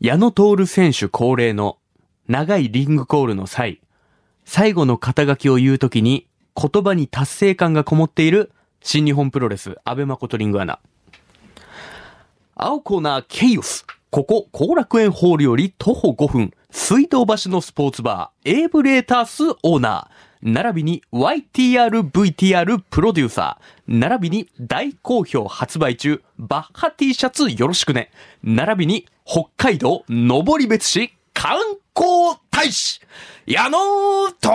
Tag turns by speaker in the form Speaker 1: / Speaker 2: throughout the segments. Speaker 1: 矢野徹選手恒例の長いリングコールの際、最後の肩書きを言うときに言葉に達成感がこもっている新日本プロレス、安倍誠リングアナ。青コーナーケイオス。ここ、後楽園ホールより徒歩5分、水道橋のスポーツバー、エーブレータースオーナー、並びに YTRVTR プロデューサー、並びに大好評発売中、バッハ T シャツよろしくね、並びに北海道登別市観光大使、矢野徹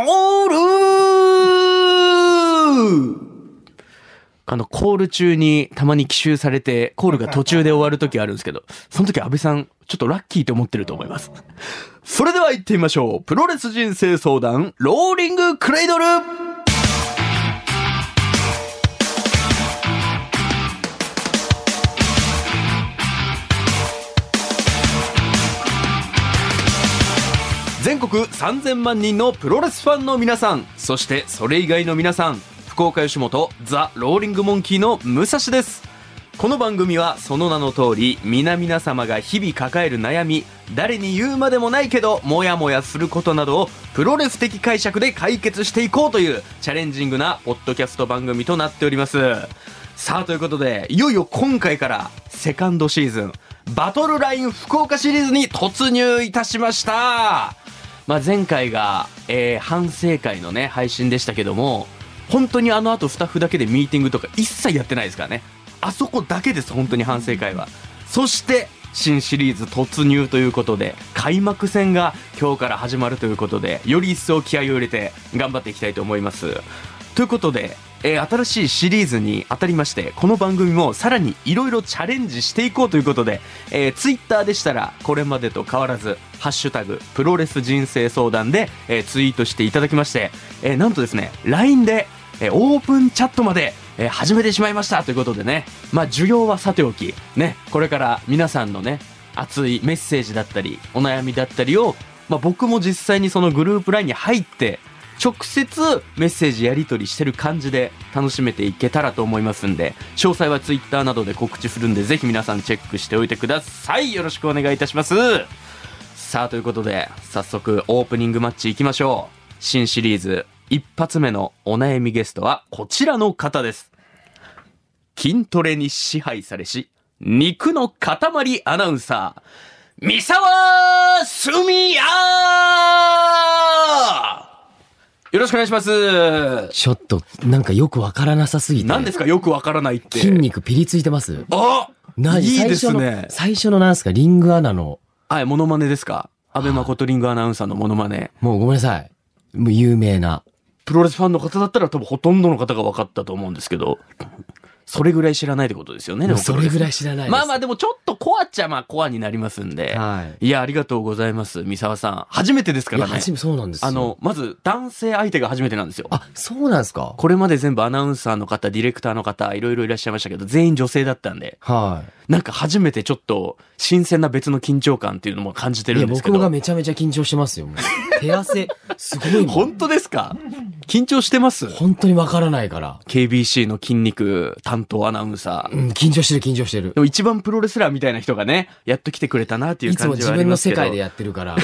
Speaker 1: あの、コール中にたまに奇襲されて、コールが途中で終わる時あるんですけど、その時安倍さん、ちょっとラッキーと思ってると思います。それでは行ってみましょう。プロレス人生相談、ローリングクレイドル全国3000万人のプロレスファンの皆さんそしてそれ以外の皆さん福岡吉本ザ・ローリング・モンキーの武蔵ですこの番組はその名の通り皆々様が日々抱える悩み誰に言うまでもないけどモヤモヤすることなどをプロレス的解釈で解決していこうというチャレンジングなポッドキャスト番組となっておりますさあということでいよいよ今回からセカンドシーズンバトルライン福岡シリーズに突入いたしましたまあ、前回が、えー反省会のね配信でしたけども本当にあの後スタッフだけでミーティングとか一切やってないですからねあそこだけです本当に反省会はそして新シリーズ突入ということで開幕戦が今日から始まるということでより一層気合を入れて頑張っていきたいと思いますということで、えー新しいシリーズに当たりましてこの番組もさらにいろいろチャレンジしていこうということで、えー、ツイッターでしたらこれまでと変わらず「ハッシュタグプロレス人生相談で」えーツイートしていただきまして、えーなんとですね LINE で、えーオープンチャットまで、えー始めてしまいましたということでねまあ需要はさておきねこれから皆さんのね熱いメッセージだったりお悩みだったりを、まあ、僕も実際にそのグループ LINE に入って直接メッセージやり取りしてる感じで楽しめていけたらと思いますんで詳細は Twitter などで告知するんでぜひ皆さんチェックしておいてくださいよろしくお願いいたしますさあということで早速オープニングマッチいきましょう新シリーズ一発目のお悩みゲストはこちらの方です筋トレに支配されし肉の塊アナウンサー三沢すみやよろしくお願いします。
Speaker 2: ちょっと、なんかよくわからなさすぎて。
Speaker 1: 何ですかよくわからないって。
Speaker 2: 筋肉ピリついてます
Speaker 1: あ
Speaker 2: ない
Speaker 1: い
Speaker 2: 最
Speaker 1: で
Speaker 2: 初
Speaker 1: す
Speaker 2: の
Speaker 1: ね。
Speaker 2: 最初のなんですかリングアナの。
Speaker 1: はい、モノマネですか安倍誠リングアナウンサーのモノマネ。
Speaker 2: もうごめんなさい。もう有名な。
Speaker 1: プロレスファンの方だったら多分ほとんどの方が分かったと思うんですけど、それぐらい知らないってことですよね、
Speaker 2: もうそれぐら
Speaker 1: い。
Speaker 2: い知らないです。
Speaker 1: まあまあでもちょっとコアっちゃまあコアになりますんで。
Speaker 2: はい。
Speaker 1: いや、ありがとうございます。三沢さん。初めてですか
Speaker 2: いや、
Speaker 1: らね
Speaker 2: 初。めそうなんですよ。
Speaker 1: あ、の、まず男性相手が初めてなんですよ。
Speaker 2: あ、そうなんですか
Speaker 1: これまで全部アナウンサーの方、ディレクターの方、いろいろいらっしゃいましたけど、全員女性だったんで、
Speaker 2: は
Speaker 1: なんか初めてちょっと新鮮な別の緊張感っていうのも感じて
Speaker 2: い。い
Speaker 1: る
Speaker 2: や、
Speaker 1: んです
Speaker 2: 僕
Speaker 1: けど。
Speaker 2: もがめちゃめちゃ緊張してますよ。もう手汗、すごいも ん。
Speaker 1: 本当ですか緊張してます
Speaker 2: 本当にわからないから。
Speaker 1: ?KBC の筋肉担当アナウンサー。
Speaker 2: うん、緊張してる緊張してる
Speaker 1: で。も一番プロレスラーみたいな人がね、やっと来てくれたなっていう
Speaker 2: いつも
Speaker 1: 感じ
Speaker 2: 自
Speaker 1: はあり
Speaker 2: 分の
Speaker 1: ますけ
Speaker 2: 世
Speaker 1: ど。
Speaker 2: 界でやって るから。い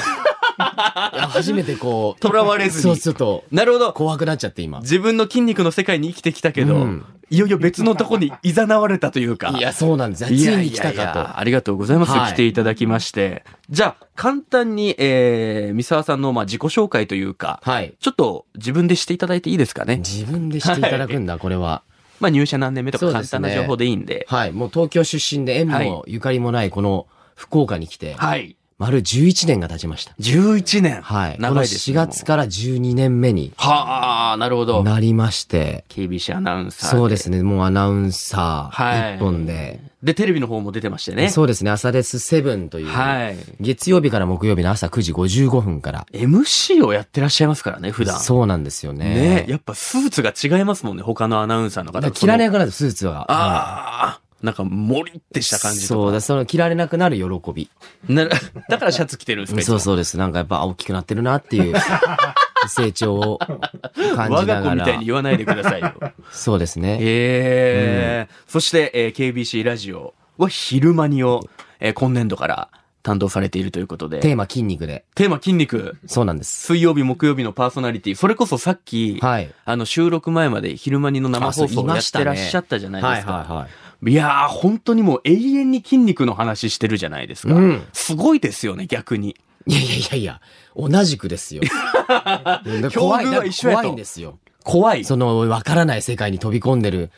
Speaker 2: や初めてこう。
Speaker 1: 囚われずに
Speaker 2: そう、ちょっと、
Speaker 1: なるほど。
Speaker 2: 怖くなっちゃって今。
Speaker 1: 自分の筋肉の世界に生きてきたけど、
Speaker 2: うん
Speaker 1: いよいよ別のとこに誘われたというか。
Speaker 2: いや、そうなんです。つい
Speaker 1: いやい
Speaker 2: に来
Speaker 1: や
Speaker 2: た
Speaker 1: いや
Speaker 2: か
Speaker 1: ありがとうございます。
Speaker 2: はい
Speaker 1: 来ていただきまして。じゃあ、簡単に、えー、三沢さんの、まあ、自己紹介というか、
Speaker 2: と。はい。
Speaker 1: ちょっと自分でしていただいていいですかね。
Speaker 2: 自分でしていただくんだ、これは。
Speaker 1: まあ、入社何年目とか
Speaker 2: そう
Speaker 1: 簡
Speaker 2: です
Speaker 1: 単
Speaker 2: ね
Speaker 1: な情報でいいんで。
Speaker 2: はい。もう東京出身で縁
Speaker 1: は
Speaker 2: もゆかりもないこの福岡に来て、
Speaker 1: はい。
Speaker 2: 丸11年が経ちました。
Speaker 1: 11年。
Speaker 2: はい。
Speaker 1: 長いですね
Speaker 2: この4月から12年目に
Speaker 1: はあ、なるほど。
Speaker 2: なりまして、
Speaker 1: KBC アナウンサー。
Speaker 2: そうですね。もうアナウンサ
Speaker 1: はい
Speaker 2: ー、一本で。
Speaker 1: で、テレビの方も出てましてね。
Speaker 2: そうですね。朝ですセブンという。
Speaker 1: はい。
Speaker 2: 月曜日から木曜日の朝9時55分から。
Speaker 1: MC をやってらっしゃいますからね、普段。
Speaker 2: そうなんですよ
Speaker 1: ね
Speaker 2: ね。
Speaker 1: やっぱスーツが違いますもんね、他のアナウンサーの
Speaker 2: だ
Speaker 1: 方
Speaker 2: から
Speaker 1: と。
Speaker 2: 着られなくなるスーツは。はい
Speaker 1: ああ。なんか、もりってした感じとか。
Speaker 2: そうだ、その着られなくなる喜び。
Speaker 1: なるだからシャツ着てるんですか
Speaker 2: そう
Speaker 1: う。
Speaker 2: そうです。なんかやっぱあ大きくなってるなっ ていう成長を感
Speaker 1: 我
Speaker 2: じ
Speaker 1: が
Speaker 2: なが
Speaker 1: 子みたい
Speaker 2: ら
Speaker 1: に。言わないでくださいよ。
Speaker 2: そうですね。
Speaker 1: ええそして、えー KBC ラジオは昼間にを、えー今年度から担当されているということで。
Speaker 2: テーマ筋肉で。
Speaker 1: テーマ筋肉。
Speaker 2: そうなんです。
Speaker 1: 水曜日、木曜日のパーソナリティ。それこそさっき、
Speaker 2: はい。
Speaker 1: あの、収録前まで昼間にの生
Speaker 2: あそ
Speaker 1: 放
Speaker 2: う
Speaker 1: 送
Speaker 2: 言い
Speaker 1: をや
Speaker 2: ま
Speaker 1: っ
Speaker 2: した
Speaker 1: て
Speaker 2: ね
Speaker 1: らっしゃったじゃない
Speaker 2: は
Speaker 1: で
Speaker 2: い
Speaker 1: すか。
Speaker 2: はい
Speaker 1: やー、本当にもう永遠に筋肉の話してるじゃないです
Speaker 2: い
Speaker 1: か。
Speaker 2: はい。うん。
Speaker 1: すごいですよね、逆に。
Speaker 2: いやいやいやいや、同じ くですよ。怖い
Speaker 1: 境遇は一緒やと
Speaker 2: 怖いんですよ。
Speaker 1: 怖い。
Speaker 2: その、わからない世界に飛び込んでる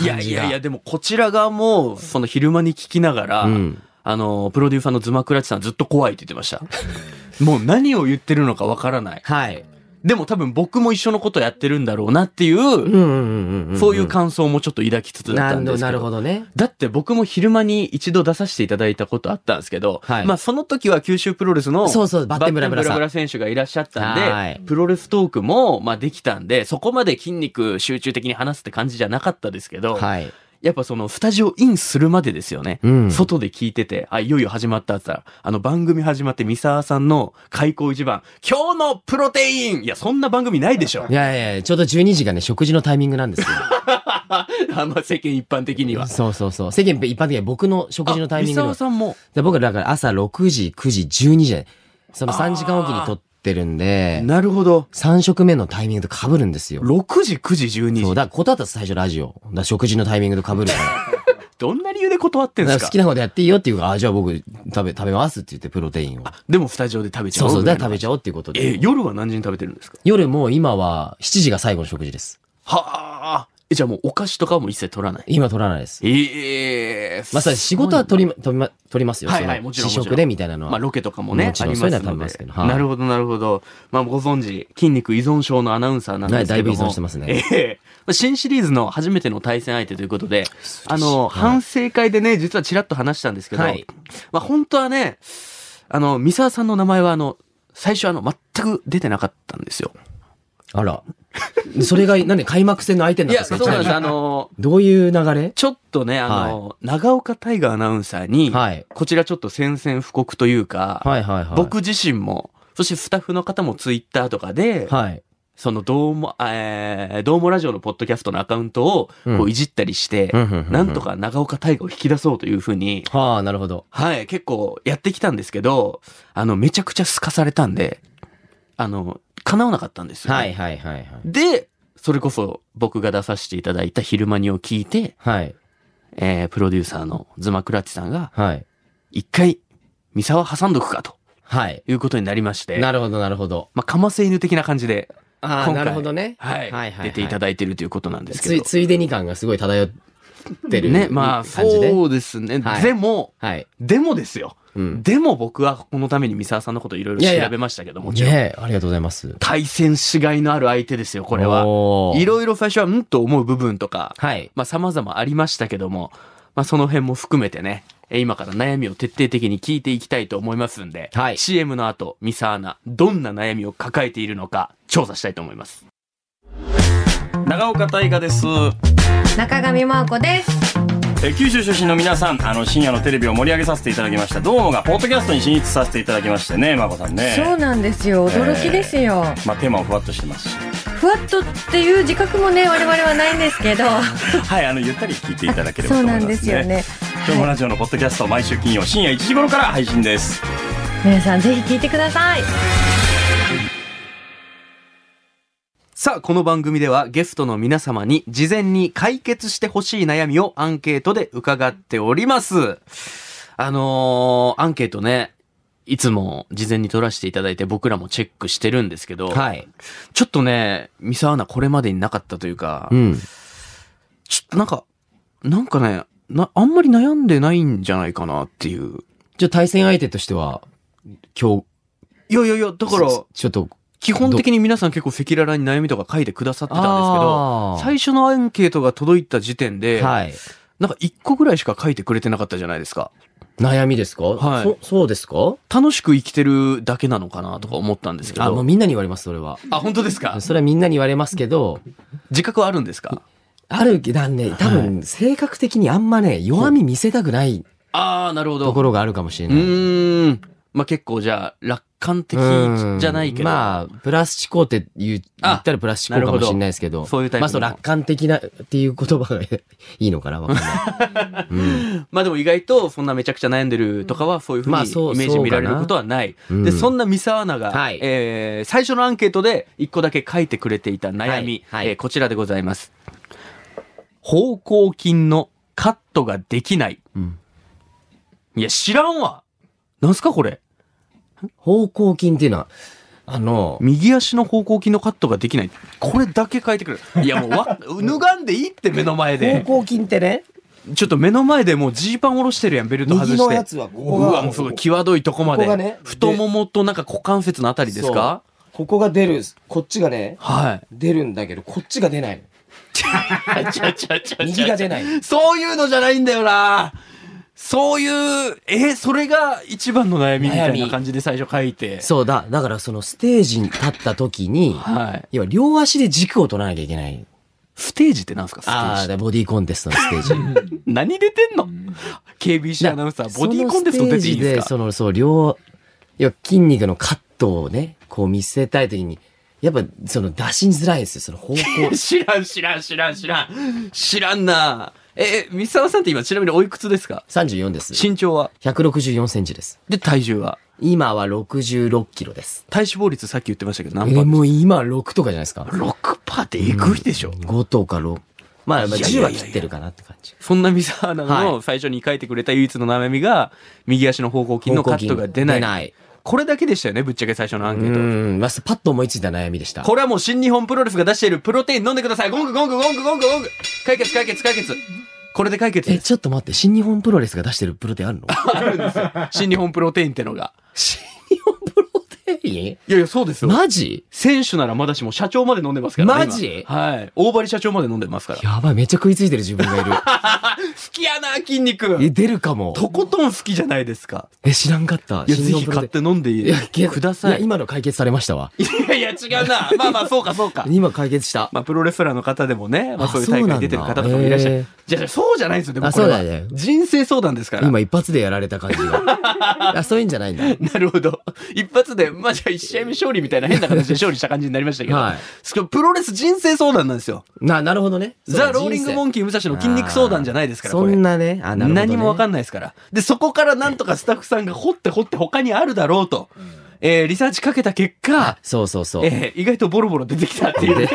Speaker 1: いや
Speaker 2: 感
Speaker 1: い
Speaker 2: じが。
Speaker 1: やいや、でもこちら側も、その昼間に聞きながら、
Speaker 2: うん。
Speaker 1: あの、プロデューサーのズマクラチさんずっと怖いって言ってました。 もう何を言ってるのかわからない。
Speaker 2: はい。
Speaker 1: でも多分僕も一緒のことやってるんだろうなっていう、
Speaker 2: うんうんうんうん。
Speaker 1: そういう感想もちょっと抱きつつだっ
Speaker 2: な
Speaker 1: た
Speaker 2: る
Speaker 1: ん
Speaker 2: ほ
Speaker 1: で
Speaker 2: ど、
Speaker 1: すけど。
Speaker 2: なるほどね。
Speaker 1: だって僕も昼間に一度出させていただいたことあったんですけど、
Speaker 2: はい
Speaker 1: まあその時は九州プロレスの
Speaker 2: そうそうバッテンブラブラさ
Speaker 1: バ
Speaker 2: ん
Speaker 1: ッテブ選手がいらっしゃった
Speaker 2: は
Speaker 1: ん
Speaker 2: い
Speaker 1: で、プロレストークもまあできたんで、そこまで筋肉集中的に話すって感じじゃなかったですけど、
Speaker 2: はい。
Speaker 1: やっぱそのスタジオインするまでですよね。
Speaker 2: うん
Speaker 1: 外で聞いてて、あ、いよいよ始まったって言ったら、あの番組始まって三沢さんの開口一番、今日のプロテインいや、そんな番組ないでしょ
Speaker 2: い。やいやいや、ちょうど12時がね、食事のタイミングなんですよ。
Speaker 1: あんま世間一般的には。
Speaker 2: そうそうそう。世間一般的には僕の食事のタイミング
Speaker 1: あ
Speaker 2: の
Speaker 1: 三沢さんも。
Speaker 2: で僕はだから朝6時、9時、12時、その3時間おきに撮ってるんで、
Speaker 1: なるほど。
Speaker 2: 3食目のタイミングと被るんですよ。
Speaker 1: 6時、9時、12
Speaker 2: そう、
Speaker 1: 時。
Speaker 2: だから断ったんです最初ラジオ。だから食事のタイミングと被 るから。
Speaker 1: どんな理由で断ってん
Speaker 2: だ
Speaker 1: す
Speaker 2: か
Speaker 1: か
Speaker 2: ら好きなことやっていいよっていうから、あ、じゃあ僕食べ、食べますって言ってプロテインを。
Speaker 1: でもスタジオで食べちゃ。
Speaker 2: そううそう、だから食べち
Speaker 1: ゃう。
Speaker 2: ゃおうっていうこと
Speaker 1: え
Speaker 2: で。
Speaker 1: 夜は何時に食べてるんですか
Speaker 2: 夜もう今は7時が最後の食事です。
Speaker 1: はあ。えじゃあもうお菓子とかも一切取らない。
Speaker 2: 今取らないです。
Speaker 1: ええ
Speaker 2: まあ、それ仕事は取りま、取りま、取りますよ。
Speaker 1: はい
Speaker 2: そ
Speaker 1: はい
Speaker 2: の
Speaker 1: もちろん
Speaker 2: 試
Speaker 1: もちろん
Speaker 2: 食でみたいなのは。
Speaker 1: まあ、ロケとかもね、
Speaker 2: もち
Speaker 1: あ
Speaker 2: ろん
Speaker 1: ります
Speaker 2: そういうの
Speaker 1: の
Speaker 2: は食べ
Speaker 1: で。
Speaker 2: ますけどはい
Speaker 1: なるほど、なるほど。まあ、ご存知、筋肉依存症のアナウンサーなんですけども。
Speaker 2: はいだいぶ依存してますね
Speaker 1: ええまあ新シリーズの初めての対戦相手ということで、あの、反省会でね、実はちらっと話したんですけど、
Speaker 2: はい
Speaker 1: まあ、本当はね、あの、三沢さんの名前は、あの、最初あの、全く出てなかったんですよ。
Speaker 2: あら。それが、なんで開幕戦の相手に
Speaker 1: い
Speaker 2: なった
Speaker 1: や、
Speaker 2: ん
Speaker 1: そ
Speaker 2: ですか
Speaker 1: うなんです。あの、
Speaker 2: どういう流れ
Speaker 1: ちょっとね、あの、長岡大河アナウンサーに、
Speaker 2: はい。
Speaker 1: こちらちょっと宣戦布告というか、
Speaker 2: はいはいはい。
Speaker 1: 僕自身も、そしてスタッフの方もツイッターとかで、
Speaker 2: はい。
Speaker 1: そのどうも、えー、どうもラジオのポッドキャストのアカウントを
Speaker 2: うん
Speaker 1: こういじったりして、なんと。か長岡大河を引き出そうというふうに、
Speaker 2: はあ、なるほど。
Speaker 1: はい、結構やってきたんですけど、あの、めちゃくちゃすかされたんで、あの、叶わなかったんですよ、ね。
Speaker 2: はいはいはいはい。
Speaker 1: で、それこそ僕が出させていただいた昼間にを聞いて、
Speaker 2: はい。
Speaker 1: えー、プロデューサーのズマクラッチさんが、
Speaker 2: はい。
Speaker 1: 一回、三沢挟んどくかと
Speaker 2: はい。
Speaker 1: いうことになりまして、
Speaker 2: なるほどなるほど。
Speaker 1: まあ、かませ犬的な感じで、
Speaker 2: ああ、
Speaker 1: 今回
Speaker 2: なるほどね。
Speaker 1: はい、
Speaker 2: はいはいはい
Speaker 1: 出ていただいてるということなんですけ
Speaker 2: つい、
Speaker 1: ど。
Speaker 2: ついでに感がすごい漂ってる。
Speaker 1: ね、まあ、
Speaker 2: 感じで。
Speaker 1: そうですね。
Speaker 2: はい
Speaker 1: でも、
Speaker 2: はい。
Speaker 1: でもですよ。
Speaker 2: うん。
Speaker 1: でも僕はこのために三沢さんのこといろいろ
Speaker 2: いやいや
Speaker 1: 調べましたけどもちろん。
Speaker 2: ねえ、ありがとうございます。
Speaker 1: 対戦しがいのある相手ですよ、これは。
Speaker 2: おー
Speaker 1: いろいろ最初は、うんと思う部分とか、
Speaker 2: はい。
Speaker 1: まあ様々ありましたけども、まあその辺も含めてね、え今から悩みを徹底的に聞いていきたいと思いますんで、
Speaker 2: はい
Speaker 1: CM の後、三沢アナ、どんな悩みを抱えているのか、調査したいと思います。長岡大河です。
Speaker 3: 中上真央子です。
Speaker 4: えー九州出身の皆さんあの深夜のテレビを盛り上げさせていただきましたどうもがポッドキャストに進出させていただきましてねまこさん
Speaker 3: そう
Speaker 4: ね
Speaker 3: なんですよ。驚きですよ。
Speaker 4: まあテーマもふわっとして ますし
Speaker 3: ふわっとっていう自覚もね、我々はないんですけど。
Speaker 4: はいあのゆったり聞いていただければ
Speaker 3: そ
Speaker 4: と
Speaker 3: う
Speaker 4: 思い
Speaker 3: な
Speaker 4: ます、ね、
Speaker 3: んですよね。
Speaker 4: 今日もラジオのポッドキャスト毎週金曜深夜1時頃から配信です
Speaker 3: 皆さんぜひ聞いてください。
Speaker 1: さあ、この番組ではゲストの皆様に事前に解決してほしい悩みをアンケートで伺っております。あのーアンケートね、いつも事前に取らせていただいて僕らもチェックしてるんですけど、
Speaker 2: はい。
Speaker 1: ちょっとね、三沢アナこれまでになかったというか、
Speaker 2: うん。
Speaker 1: ちょっとなんか、なんかね、な、あんまり悩んでないんじゃないかなっていう。
Speaker 2: じゃあ対戦相手としては、今
Speaker 1: い
Speaker 2: 日、
Speaker 1: やいやいや、だから、
Speaker 2: ちょっと、
Speaker 1: 基本的に皆さん結構赤裸々に悩みとか書いてくださってたんですけど、
Speaker 2: で
Speaker 1: 最初のアンケートが届いた時点で、
Speaker 2: はい。
Speaker 1: なんか一個ぐらいしか書いてくれてなかったじゃないですか。
Speaker 2: 悩みですか
Speaker 1: はい
Speaker 2: そ、そうですか
Speaker 1: 楽しく生きてるだけなのかなとか思ったんですけど。
Speaker 2: あ、もうみんなに言われます、それは。
Speaker 1: あ本当ですか
Speaker 2: それはみんなに言われますけど、
Speaker 1: 自覚はあるんですか
Speaker 2: あるけどね、多分、性格的にあんまね、弱み見せたくない
Speaker 1: ああ、なるほど。
Speaker 2: ところがあるかもしれ
Speaker 1: う
Speaker 2: ない。
Speaker 1: ーん。まあ結構じゃあ、楽観的じゃないけど。
Speaker 2: まあ、プラス思考って言う言ったらプラス思考かもしれないですけ
Speaker 1: なるほ
Speaker 2: ど。
Speaker 1: どそういうタイプの
Speaker 2: まあ、そう、楽観的なっていう言葉がいいのかなわかん ない。うん。
Speaker 1: まあでも意外とそんなめちゃくちゃ悩んでるとかはそういうふうにイ
Speaker 2: ま
Speaker 1: メ
Speaker 2: あそう
Speaker 1: ージ見られることはない。
Speaker 2: そうかな
Speaker 1: で、
Speaker 2: うん
Speaker 1: そんな三沢アナが、
Speaker 2: はい
Speaker 1: えー最初のアンケートで一個だけ書いてくれていた悩み、
Speaker 2: はいはい
Speaker 1: えーこちらでございます。方向筋のカットができない。
Speaker 2: うん
Speaker 1: いや、知らんわなんすかこれ
Speaker 2: 方向筋っていうのは、あの、
Speaker 1: 右足の方向筋のカットができない。これだけ書いてくる。いやもうわ、 脱がんでいいって目の前
Speaker 2: 方
Speaker 1: で。
Speaker 2: 向筋ってね、
Speaker 1: ちょっと目の前でもうジーパン下ろしてるやん、ベルト外して。
Speaker 2: 右のやつはここ
Speaker 1: う
Speaker 2: が
Speaker 1: わ、もうすごい、際どいとこまで。
Speaker 2: ここがね
Speaker 1: 太ももとなんか股関節のあたりですか
Speaker 2: ここが出る、こっちがね、
Speaker 1: はい。
Speaker 2: 出るんだけど、こっちが 出ない
Speaker 1: 右
Speaker 2: が出ない。
Speaker 1: そういうのじゃないんだよなそういう、え、それが一番の悩みみたいな感じで最初書いて。
Speaker 2: そうだ。だからそのステージに立った時に、
Speaker 1: はい。
Speaker 2: 要は両足で軸を取らなきゃいけない。
Speaker 1: ステージってなんすかステ
Speaker 2: あ
Speaker 1: ー
Speaker 2: あ、だ
Speaker 1: ジ
Speaker 2: からボディコンテストのステージ。
Speaker 1: 何出てんの ?KBC アナウンサー、ボディコンテスト出ていいんです
Speaker 2: そ
Speaker 1: か
Speaker 2: のステージで、その、そう、両、要は筋肉のカットをね、こう見せたいときに、やっぱ、その出しづらいですよ、そ の方向。
Speaker 1: 知らん、知らん、知らん、知らん。知らんなえ、三沢さんって今ちなみにおいくつですか
Speaker 2: 34です。
Speaker 1: 身長は
Speaker 2: 164センチです。
Speaker 1: で、体重は
Speaker 2: 今は66キロです。
Speaker 1: 体脂肪率さっき言ってましたけど
Speaker 2: え
Speaker 1: 何パー
Speaker 2: ー、もう今6とかじゃないですか。
Speaker 1: 6%ってえぐいでしょ、
Speaker 2: 5とか6。まあ、まあ
Speaker 1: いやいやい
Speaker 2: 10
Speaker 1: や
Speaker 2: は切ってるかなって感じ。
Speaker 1: そんな三沢アナ
Speaker 2: は
Speaker 1: の最初に書いてくれた唯一の悩みが右足の方向筋のカットが出ない
Speaker 2: 出ない。
Speaker 1: これだけでしたよねぶっちゃけ最初のアン
Speaker 2: う
Speaker 1: ケート、
Speaker 2: ん、まあ、パッと思いついた悩みでした。
Speaker 1: これはもう新日本プロレスが出しているプロテイン飲んでくださいゴングゴングゴングゴングゴング解決解決解決これで解決
Speaker 2: え、
Speaker 1: です
Speaker 2: ちょっと待って、新日本プロレスが出してるプロテイン あるの
Speaker 1: あるんですよ 新日本プロテインってのが
Speaker 2: 新日本プロテイン
Speaker 1: いやいやそうですよ、
Speaker 2: マジ
Speaker 1: 選手ならまだしも社長まで飲んでますからね今
Speaker 2: マジ
Speaker 1: はい大張社長まで飲んでますから 好
Speaker 2: やばい、めっちゃ食いついてる自分 がいる。
Speaker 1: きやな筋
Speaker 2: え、
Speaker 1: 肉
Speaker 2: 出るかも。
Speaker 1: とことん好きじゃないですか
Speaker 2: え、知らんかった。
Speaker 1: いや、
Speaker 2: 新
Speaker 1: ぜ
Speaker 2: 日本
Speaker 1: ひ
Speaker 2: プロ
Speaker 1: 買
Speaker 2: テ
Speaker 1: っ。て飲んでい
Speaker 2: いや、け
Speaker 1: いくださ
Speaker 2: や
Speaker 1: い。
Speaker 2: 今の解決されましたわ。
Speaker 1: いやいや、違うな。まあまあ、そうか、そうか。
Speaker 2: 今解決した。
Speaker 1: まあ、プロレスラーの方でもね、まあ、
Speaker 2: あ
Speaker 1: そういう大
Speaker 2: そうな
Speaker 1: 会
Speaker 2: んだ
Speaker 1: 出てる方とかもいらっしゃ
Speaker 2: へ
Speaker 1: る
Speaker 2: ー。
Speaker 1: じゃあ、そうじゃないんですよ、でも
Speaker 2: あ
Speaker 1: これは
Speaker 2: そうだよね。
Speaker 1: 人生相談ですから。
Speaker 2: 今一発でやられた感じ が。あ、そういうんじゃないんだ。
Speaker 1: なるほど。一発で、まあ、じゃあ、一試合目勝利みたいな変な形で勝利した感じになりましたけど。
Speaker 2: はい
Speaker 1: しかもプロレス人生相談なんですよ。
Speaker 2: な、なるほどね。
Speaker 1: ザ・ローリング・モン
Speaker 2: キ
Speaker 1: キー・武蔵の筋肉相談じゃないですから、こ
Speaker 2: そ
Speaker 1: れ。
Speaker 2: んなね、あ、なるほど、ね。
Speaker 1: 何もわか
Speaker 2: ん
Speaker 1: んないですから。で、そこからなんとかスタッフさんが掘って掘って他にあるだろうと、えーリサーチかけた結果、
Speaker 2: そうそうそう。
Speaker 1: えー意外とボロボロ出てきたっていう ね。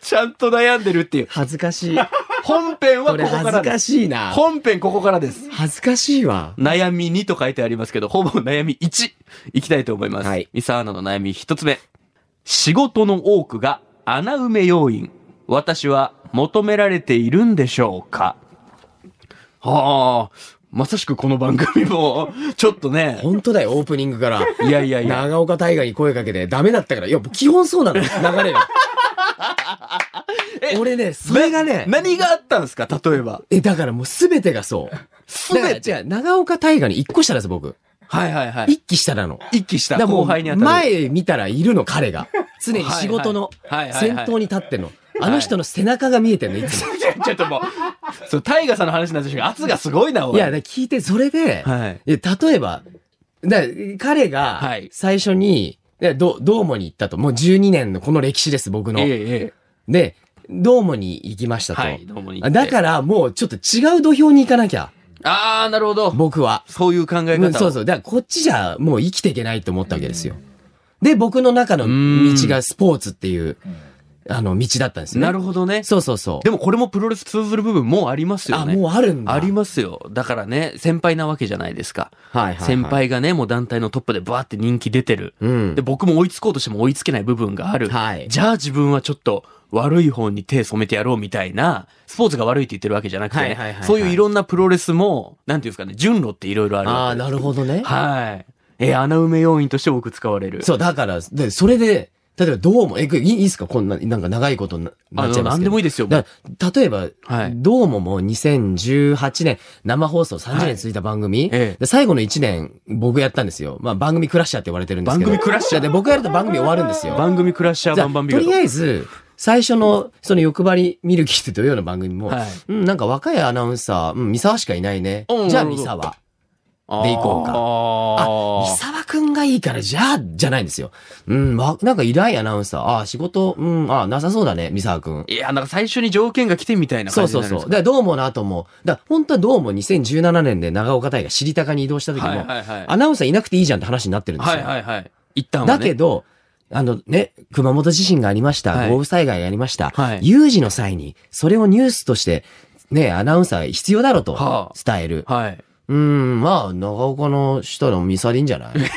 Speaker 1: ちゃんと悩んでるっていう。
Speaker 2: 恥ずかしい。
Speaker 1: 本編は
Speaker 2: こ
Speaker 1: こ
Speaker 2: れ
Speaker 1: こ
Speaker 2: 恥
Speaker 1: から
Speaker 2: ず
Speaker 1: で
Speaker 2: か
Speaker 1: す。
Speaker 2: しいな。
Speaker 1: 本編ここからです。
Speaker 2: 恥ずかしいわ。
Speaker 1: 悩み2と書いてありますけど、ほぼ悩み1いきたいと思います。
Speaker 2: はい
Speaker 1: ミサアナの悩み1つ目。仕事の多くが穴埋め要因。私は求められているんでしょうかはあ、まさしくこの番組も、ちょっとね、
Speaker 2: 本当だよ、オープニングから。
Speaker 1: いやいやいや、
Speaker 2: 長岡大河に声かけてダメだったから。いや、もう基本そうなの。流れが
Speaker 1: え。
Speaker 2: 俺ね、それがね、
Speaker 1: 何があったんですか例えば。
Speaker 2: え、だからもうすべてがそう。
Speaker 1: す
Speaker 2: だから
Speaker 1: べて。
Speaker 2: じゃあ、長岡大河に一個したらです、僕。
Speaker 1: はいはいはい。
Speaker 2: 一期したらの。
Speaker 1: 一気し
Speaker 2: だ
Speaker 1: た
Speaker 2: からも
Speaker 1: 後
Speaker 2: う
Speaker 1: 輩にあたる。
Speaker 2: 前見たらいるの、彼が。常に仕事の
Speaker 1: はいはいはいはい
Speaker 2: 先
Speaker 1: はい
Speaker 2: 頭に立ってんの。あの人の背中が見えてんの、いつも。
Speaker 1: いやちょっともう、そう、タイガさんの話になってしまう圧がすごいな、おい。
Speaker 2: いや、だから聞いて、それで、
Speaker 1: はい。
Speaker 2: いや例えば、だから彼
Speaker 1: は
Speaker 2: が
Speaker 1: い、
Speaker 2: 最初に、でど、どうもに行ったと。もう12年のこの歴史です、僕の
Speaker 1: ええ。え
Speaker 2: で、どうもに行きました
Speaker 1: え。
Speaker 2: と。
Speaker 1: はい、どうもに。、
Speaker 2: だからら、もうちょっと違う土俵に行かなきゃ。
Speaker 1: あー、なるほど。
Speaker 2: 僕は。
Speaker 1: そういう考え
Speaker 2: う
Speaker 1: 方を。
Speaker 2: ん、そうそう。だからこっちじゃもう生きていけないと思ったわけですよ。で、僕の中の
Speaker 1: うん
Speaker 2: 道がスポーツっていう、あの、道だったんですよ、ね。
Speaker 1: なるほどね。
Speaker 2: そうそうそう。
Speaker 1: でもこれもプロレス通ずる部分もうありますよ
Speaker 2: あ、
Speaker 1: ね。
Speaker 2: もうあるんだ。
Speaker 1: ありますよ。だからね、先輩なわけじゃないですか。
Speaker 2: はいはい、はい。
Speaker 1: 先。輩がね、もう団体のトップでバーって人気出てる。
Speaker 2: うん。
Speaker 1: で、僕も追いつこうとしても追いつけない部分がある。
Speaker 2: はい
Speaker 1: じゃあ自分はちょっと悪い方に手染めてやろうみたいな、スポーツが悪いって言ってるわけじゃなくてね、
Speaker 2: はいはいはいはい
Speaker 1: そういういろんなプロレスも、なんていうんですかね、順路っていろいろあるわけ
Speaker 2: ああ、なるほどね。
Speaker 1: はい。えー穴埋め要因として多く使われる。
Speaker 2: そう、だから、で、それで、例えばどうも、え、いいいですかこんな、なんか長いことにななっちゃ
Speaker 1: あ
Speaker 2: いますけど。
Speaker 1: の何でもいいですよ
Speaker 2: だから例えば、
Speaker 1: はい
Speaker 2: どうももう2018年、生放送30年続いた番組、
Speaker 1: ええ
Speaker 2: で最後の1年、僕やったんですよ。まあ番組クラッシャーって言われてるんですけど。
Speaker 1: 番組クラッシャー
Speaker 2: で、僕やると番組終わるんですよ。
Speaker 1: 番組クラッシャー
Speaker 2: じゃ
Speaker 1: バ
Speaker 2: あ
Speaker 1: ンバ
Speaker 2: と
Speaker 1: ンビガ
Speaker 2: り
Speaker 1: ド。
Speaker 2: あえず、最初の、その欲張りミルキーって土曜の番組も、
Speaker 1: はい
Speaker 2: うん、なんか若いアナウンサー、うん、三沢しかいないね
Speaker 1: うん。
Speaker 2: じゃあ
Speaker 1: なるほ
Speaker 2: 三
Speaker 1: ど
Speaker 2: 沢。
Speaker 1: あー
Speaker 2: で行こうか
Speaker 1: あ
Speaker 2: あ、がいいから、じゃあ、じゃないんですよ。うん、わ、なんか偉いアナウンサー、ああ、仕事、うん、ああ、なさそうだね、三沢くん。
Speaker 1: いや、なんか最初に条件が来てみたいな
Speaker 2: そ
Speaker 1: 感
Speaker 2: う
Speaker 1: じに
Speaker 2: そう
Speaker 1: なるん
Speaker 2: そ
Speaker 1: で
Speaker 2: う。
Speaker 1: すか
Speaker 2: だからどうもの後も、だ本当はどうも2017年で長岡大が知り高に移動した時も、
Speaker 1: はいはいはい
Speaker 2: アナウンサーいなくていいじゃんって話になってるんですよ。
Speaker 1: はいはいはい。一旦はね。
Speaker 2: だけど、あのね、熊本地震がありました、
Speaker 1: はい
Speaker 2: 豪雨災害がありました、
Speaker 1: はい
Speaker 2: 有事の際に、それをニュースとして、ね、アナウンサー必要だろと
Speaker 1: は
Speaker 2: 伝える。
Speaker 1: はい。
Speaker 2: うーん、まあ、長岡の人でもミサでいいんじゃないだか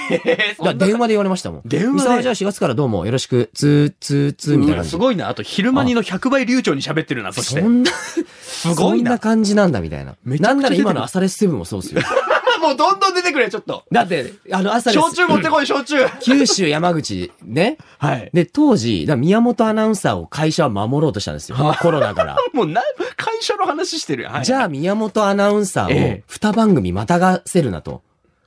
Speaker 2: ら電話で言われましたもん。
Speaker 1: 電話で
Speaker 2: ミサはじゃあ4月からどうもよろしく、ツー、ツー、ツーみた
Speaker 1: う
Speaker 2: いな感
Speaker 1: ん
Speaker 2: じ。
Speaker 1: すごいな。あと、昼間にの100倍流暢に喋ってるな、そして
Speaker 2: そ。んな、
Speaker 1: すごい
Speaker 2: そんな
Speaker 1: な。
Speaker 2: 感じなんだみたいな。
Speaker 1: めちゃくちゃ
Speaker 2: なんなら
Speaker 1: 出てくる
Speaker 2: 今の朝レスセブンもそ うですよ。
Speaker 1: もうどんどん出てくれ、ちょっと。
Speaker 2: だって、あの朝レス
Speaker 1: 焼酎持ってこい、焼酎。
Speaker 2: 九州山口ね。
Speaker 1: はい。
Speaker 2: で、当時、だから宮本アナウンサーを会社は守ろうとしたんですよ。コロナから。
Speaker 1: もうな、会社の話してる。はい、
Speaker 2: じゃあ、宮本アナウンサーを
Speaker 1: ええ
Speaker 2: 二番組またがせるなと。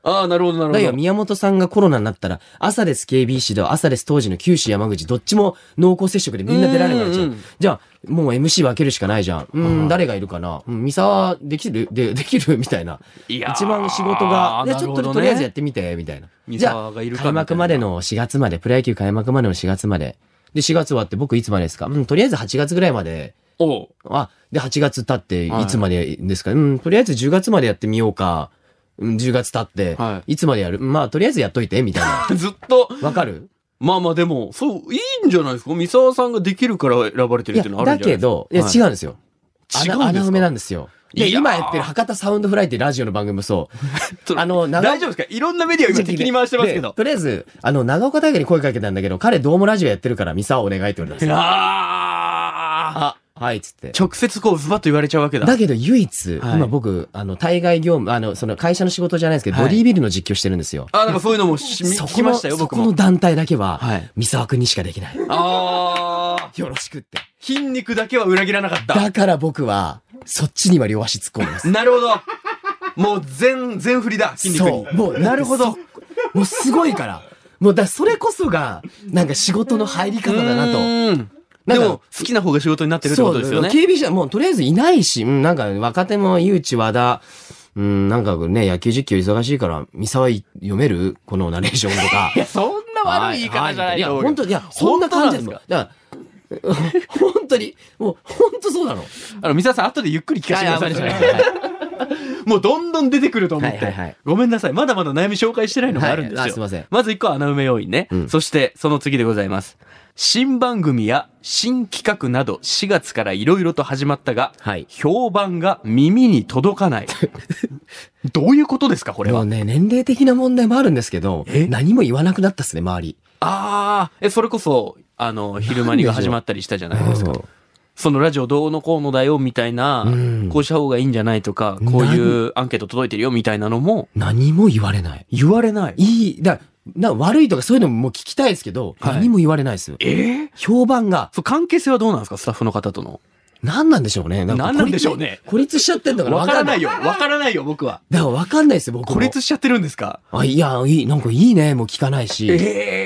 Speaker 1: ああ、なるほど、なるほ
Speaker 2: だよ、
Speaker 1: ど。
Speaker 2: 宮本さんがコロナになったら、朝です KBC と朝です当時の九州山口、どっちも濃厚接触でみんな出られなくなっちゃ
Speaker 1: うん
Speaker 2: う
Speaker 1: うんうん。
Speaker 2: じゃあ、もう MC 分けるしかないじゃん。うん、誰がいるかなうん、三沢できる で、できるみたいな。
Speaker 1: いやー
Speaker 2: 一番仕事が、で
Speaker 1: な
Speaker 2: ち
Speaker 1: る
Speaker 2: ょっ
Speaker 1: ほどね
Speaker 2: とととりあえずやってみて、みたいな。
Speaker 1: 三
Speaker 2: じゃあ
Speaker 1: 沢がいる、か
Speaker 2: 開幕までの4月まで、プロ野球開幕までの4月まで。で、4月終わって僕いつまでですかうん、とりあえず8月ぐらいまで。
Speaker 1: おう
Speaker 2: あ、で、8月経って、
Speaker 1: はい
Speaker 2: いつまでですか、うん、とりあえず10月までやってみようか。うん、10月経って、、
Speaker 1: はい
Speaker 2: つまでやるまあ、とりあえずやっといて、みたいな。
Speaker 1: ずっと、
Speaker 2: わかる
Speaker 1: まあまあでも、そう、いいんじゃないですか三沢さんができるから選ばれて
Speaker 2: い
Speaker 1: るっ
Speaker 2: や、
Speaker 1: ていうのはある
Speaker 2: だ
Speaker 1: んじゃな
Speaker 2: け
Speaker 1: いですか
Speaker 2: ど、いや、
Speaker 1: はい
Speaker 2: 違うんですよ。
Speaker 1: 違うんです
Speaker 2: 穴
Speaker 1: か
Speaker 2: 穴埋めなんですよ。で、
Speaker 1: いやー
Speaker 2: 今やってる博多サウンドフライっていうラジオの番組 もそう。あの、長
Speaker 1: 大丈夫ですかいろんなメディアを今敵に回してますけ
Speaker 2: で
Speaker 1: ど。
Speaker 2: とりあえず、あの、長岡大学に声かけたんだけど、彼どうもラジオやってるから、ミサお願いって言われたんです
Speaker 1: い
Speaker 2: よ。
Speaker 1: やー
Speaker 2: あ、はい、つって。
Speaker 1: 直接こう、ズバッと言われちゃうわけだ。
Speaker 2: だけど唯一、
Speaker 1: はい
Speaker 2: 今僕、あの、対外業務、あの、その会社の仕事じゃないですけど、
Speaker 1: はい
Speaker 2: ボディービルの実況してるんですよ。
Speaker 1: あ、なんかそういうのもし
Speaker 2: そ
Speaker 1: 聞き
Speaker 2: この、
Speaker 1: ましたよ、
Speaker 2: そ
Speaker 1: 僕
Speaker 2: この
Speaker 1: も。
Speaker 2: 団体だけは、
Speaker 1: はい
Speaker 2: 三沢くんにしかできない。
Speaker 1: ああ。
Speaker 2: よろしくって。
Speaker 1: 筋肉だけは裏切らなかった。
Speaker 2: だから僕は、そっちには両足突っ込んでます。
Speaker 1: なるほど。もう全、全振りだ、 筋肉に
Speaker 2: そう。。もう、なるほど。もうすごいから。もうだ、それこそが、なんか仕事の入り方だなと。
Speaker 1: と。
Speaker 2: な
Speaker 1: で
Speaker 2: んか
Speaker 1: も、好きな方が仕事になってるってことですよね。
Speaker 2: 警備者、もうとりあえずいないし、うん、なんか若手も誘致和田、うん、なんかね、野球実況忙しいから、三沢い読めるこのナレーション とか。
Speaker 1: そんな悪い言い方じゃない
Speaker 2: いや、
Speaker 1: と思う
Speaker 2: 本当いや、そんな感じですもん。
Speaker 1: 本
Speaker 2: だから、 本当に、もう、本当そうなの。
Speaker 1: あの、三沢さん、後でゆっくり聞かせてください
Speaker 2: はい
Speaker 1: ね。もうどんどん出てくると思っ
Speaker 2: はいはい
Speaker 1: て
Speaker 2: はい。
Speaker 1: ごめんなさい。まだまだ悩み紹介してないのがあるんで
Speaker 2: は
Speaker 1: す
Speaker 2: いあ
Speaker 1: よ。
Speaker 2: すいません
Speaker 1: まず1個は穴埋め要因ね。
Speaker 2: ん
Speaker 1: そして、その次でございます。新番組や新企画など4月からいろいろと始まったが、
Speaker 2: はい
Speaker 1: 評判が耳に届か ない。どういうことですか、これ
Speaker 2: も
Speaker 1: は
Speaker 2: う。ね、年齢的な問題もあるんですけど、何も言わなくなったっすね、周り。
Speaker 1: ああ、え、それこそ、あの、昼間にが始まったりしたじゃないですか。そのラジオどうのこうのだよみたいな
Speaker 2: うん、
Speaker 1: こうした方がいいんじゃないとか、こういうアンケート届いてるよみたいなのも
Speaker 2: 何も言われない。
Speaker 1: 言われない。
Speaker 2: いい、だな悪いとかそういうのももう聞きたいですけど、
Speaker 1: はい
Speaker 2: 何も言われないです。
Speaker 1: えー
Speaker 2: 評判が、
Speaker 1: そう、関係性はどうなんですかスタッフの方との。
Speaker 2: 何なんでしょうね。か
Speaker 1: 何なんでしょうね
Speaker 2: 孤立しちゃってんだから
Speaker 1: わからない
Speaker 2: よ。
Speaker 1: よ。わからないよ、僕は。
Speaker 2: だからわかんないですよ、僕も。
Speaker 1: 孤立しちゃってるんですか
Speaker 2: あ、いや、いい、なんかいいね、もう聞かないし。
Speaker 1: え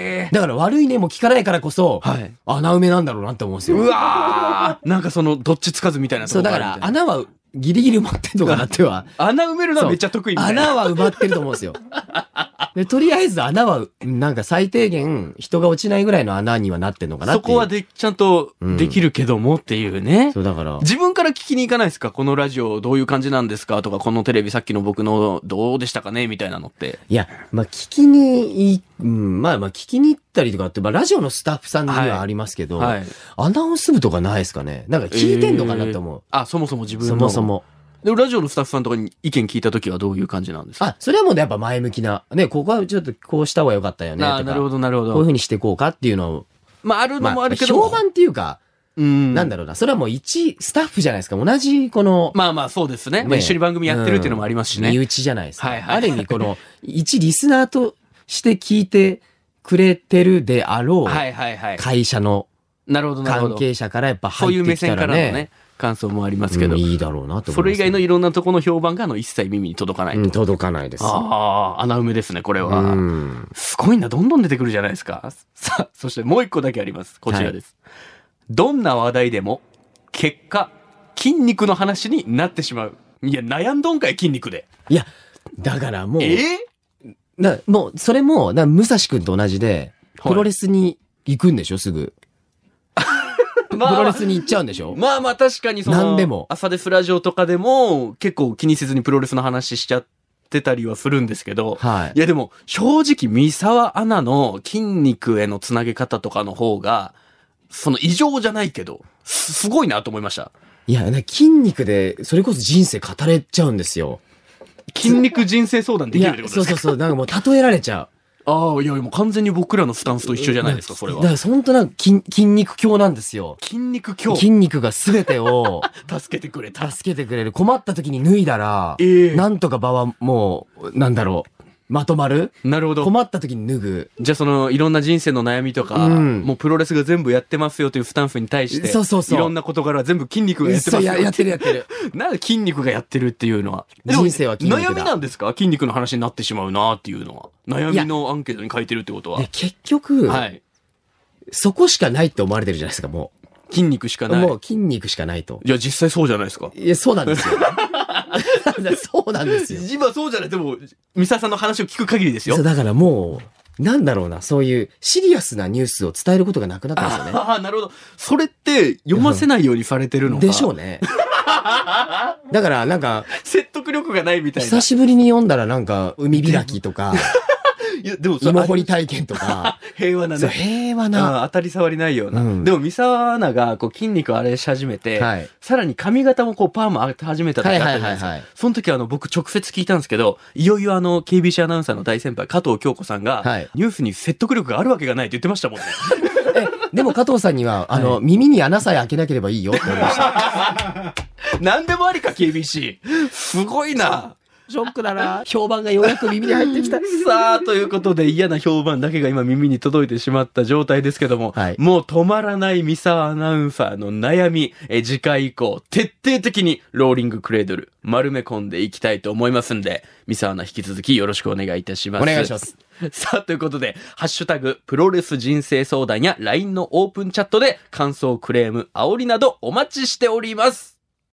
Speaker 1: え
Speaker 2: だから悪いねも聞かないからこそ、
Speaker 1: はい
Speaker 2: 穴埋めなんだろうなって思うんですよ。
Speaker 1: うわーなんかその、どっちつかずみたいなとこ
Speaker 2: そう、だ
Speaker 1: があ
Speaker 2: か
Speaker 1: るみた
Speaker 2: ら
Speaker 1: いな
Speaker 2: 穴はギリギリ埋まってんのかなっ ては。
Speaker 1: 穴埋めるのはめっちゃ得意みたいな。
Speaker 2: 穴は埋まってると思うんで すよ。で、とりあえず穴は、なんか最低限人が落ちないぐらいの穴にはなってんのかなってい。
Speaker 1: そうこはで、ちゃんとできるけどもっていうね。
Speaker 2: そう、だから。
Speaker 1: 自分から聞きに行かないですかこのラジオどういう感じなんですかとか、このテレビさっきの僕のどうでしたかねみたいなのって。
Speaker 2: いや、まあ、聞きにい、うん、まあまあ、聞きに行ったりとかって、まあ、ラジオのスタッフさんに
Speaker 1: はい
Speaker 2: はありますけど、
Speaker 1: はい
Speaker 2: アナウンス部とかないですかねなんか聞いてんのかなって思う。
Speaker 1: あ、そもそも自分の。
Speaker 2: そもそ。も。
Speaker 1: でもラジオのスタッフさんとかに意見聞いた時はどういう感じなんですか
Speaker 2: あ、それはもうやっぱ前向きな。ね、ここはちょっとこうした方が良かったよねと
Speaker 1: あー
Speaker 2: か。
Speaker 1: なるほど、なるほ
Speaker 2: こういう
Speaker 1: ど
Speaker 2: ふう。にしていこうかっていうのを。
Speaker 1: まあ、あるのもあるけど。
Speaker 2: 評判っていうか、
Speaker 1: うん。
Speaker 2: なんだろうな。それはもう一スタッフじゃないですか。同じこの。
Speaker 1: まあまあ、そうですね。まあ、
Speaker 2: ね
Speaker 1: 一緒に番組やってるっていうのもありますしね。
Speaker 2: 身内じゃないですか。
Speaker 1: はいはい
Speaker 2: ある意味、この、一リスナーとして聞いてくれてるであ ろ
Speaker 1: は
Speaker 2: う
Speaker 1: いはいはい。
Speaker 2: 会社の
Speaker 1: なるほど、なるほ
Speaker 2: 関
Speaker 1: ど。
Speaker 2: 係者からやっぱ
Speaker 1: そうい
Speaker 2: 入
Speaker 1: う
Speaker 2: っ
Speaker 1: 目
Speaker 2: てきた
Speaker 1: 線かららの
Speaker 2: ね
Speaker 1: ね、、感想もあります
Speaker 2: う
Speaker 1: け
Speaker 2: ん
Speaker 1: ど。
Speaker 2: いいだろうなと思いますね
Speaker 1: それ以外のいろんなとこの評判が、あの、一切耳に届かないと。
Speaker 2: うん届かないです。
Speaker 1: ああ、穴埋めですね、これは。
Speaker 2: うん
Speaker 1: すごいな、どんどん出てくるじゃないですか。さあ、そしてもう一個だけあります。こちらです。どんな話題でも、結果、筋肉の話になってしまう。いや、悩んどんかい、筋肉で。
Speaker 2: いや、だからもう、
Speaker 1: えー
Speaker 2: だからもう、それも、だから武蔵くんと同じで、
Speaker 1: はい
Speaker 2: プロレスに行くんでしょ、すぐ。プ
Speaker 1: まあ
Speaker 2: ロレスに行っちゃうんでしょ
Speaker 1: まあまあ確かにその、
Speaker 2: 何でも
Speaker 1: 朝ですラジオとかでも結構気にせずにプロレスの話しちゃってたりはするんですけど、
Speaker 2: はい
Speaker 1: い。やでも正直三沢アナの筋肉へのつなげ方とかの方が、その異常じゃないけど、すすごいなと思いました。
Speaker 2: いや、なんか筋肉で、それこそ人生語れちゃうんですよ。
Speaker 1: 筋肉人生相談で
Speaker 2: い
Speaker 1: きるっ
Speaker 2: や
Speaker 1: て、こと
Speaker 2: そ
Speaker 1: で
Speaker 2: う
Speaker 1: すか
Speaker 2: そうそう、なんかもう例えられちゃ
Speaker 1: ああ、いやもう完全に僕らのスタンスと一緒じゃ
Speaker 2: う。
Speaker 1: ないですか、それ
Speaker 2: だか
Speaker 1: は。
Speaker 2: ら、ほんとなんか筋、筋肉強なんですよ。
Speaker 1: 筋肉強
Speaker 2: 筋肉が全 てを
Speaker 1: 助けてくれた。
Speaker 2: 助けてくれる。困った時に脱いだら、
Speaker 1: ええ
Speaker 2: なんとか場はもう、なんだろう、まとまる
Speaker 1: なるほど。
Speaker 2: 困った時に脱ぐ。
Speaker 1: じゃあそのいろんな人生の悩みとか、
Speaker 2: うん
Speaker 1: もうプロレスが全部やってますよというスタンスに対して、
Speaker 2: そうそうそう
Speaker 1: ろんな事柄は全部筋肉がやってま
Speaker 2: そう
Speaker 1: すよ
Speaker 2: ややってる やってる。
Speaker 1: なんで筋肉がやってるっていうのは。でも
Speaker 2: 人生は筋肉だ
Speaker 1: 悩みなんですか筋肉の話になってしまうなっていうのは。悩みのアンケートに書いてるってことは
Speaker 2: で。結局、
Speaker 1: はい。
Speaker 2: そこしかないって思われてるじゃないですか、も
Speaker 1: 筋肉しか
Speaker 2: う。
Speaker 1: ない。
Speaker 2: もう筋肉しかないと。
Speaker 1: いや、実際そうじゃないですか。
Speaker 2: いや、そうなんですよ。 そうなんですよ。
Speaker 1: 今そうじゃない。でも、ミサさんの話を聞く限りですよ
Speaker 2: そう。だからもう、なんだろうな、そういうシリアスなニュースを伝えることがなくなったんですよね。
Speaker 1: ああ、なるほど。それって読ませないようにされてるのか。
Speaker 2: でしょう
Speaker 1: ね。
Speaker 2: ね。だからなんか、
Speaker 1: 説得力がないみたいな。
Speaker 2: 久
Speaker 1: い
Speaker 2: しぶりに読んだらなんか、海開きとか、
Speaker 1: や、で もそ
Speaker 2: 芋掘
Speaker 1: れ、
Speaker 2: り体験と か、
Speaker 1: 平和な
Speaker 2: そう
Speaker 1: ね。
Speaker 2: 平和
Speaker 1: う
Speaker 2: な。
Speaker 1: ん当たり障りないような。
Speaker 2: うん
Speaker 1: でも、三沢アナが、こう、筋肉をあれし始めて、
Speaker 2: はい
Speaker 1: さらに髪型もこう、パーマ当て始めた時あ
Speaker 2: は
Speaker 1: っ
Speaker 2: い
Speaker 1: たじ
Speaker 2: は
Speaker 1: ゃ
Speaker 2: い
Speaker 1: ない
Speaker 2: は
Speaker 1: で
Speaker 2: い
Speaker 1: すか。
Speaker 2: はい。
Speaker 1: その時あの、僕直接聞いたんですけど、いよいよあの、KBC アナウンサーの大先輩、加藤京子さんが、
Speaker 2: はい
Speaker 1: ニュースに説得力があるわけがないって言ってましたもんね。
Speaker 2: でも加藤さんには、あの、耳に穴さえ開けなければいいよって思いました。
Speaker 1: 何でもありか、KBC。すごいな。
Speaker 2: ショックだな。評判がようやく耳に入ってきた。
Speaker 1: さあ、ということで嫌な評判だけが今耳に届いてしまった状態ですけども、
Speaker 2: はい
Speaker 1: もう止まらない三沢アナウンサーの悩み、え次回以降、徹底的にローリングクレードル丸め込んでいきたいと思いますんで、三沢アナ引き続きよろしくお願いいたします。
Speaker 2: お願い します。
Speaker 1: さあ、ということで、ハッシュタグ、プロレス人生相談や LINE のオープンチャットで感想、クレーム、煽りなどお待ちしております。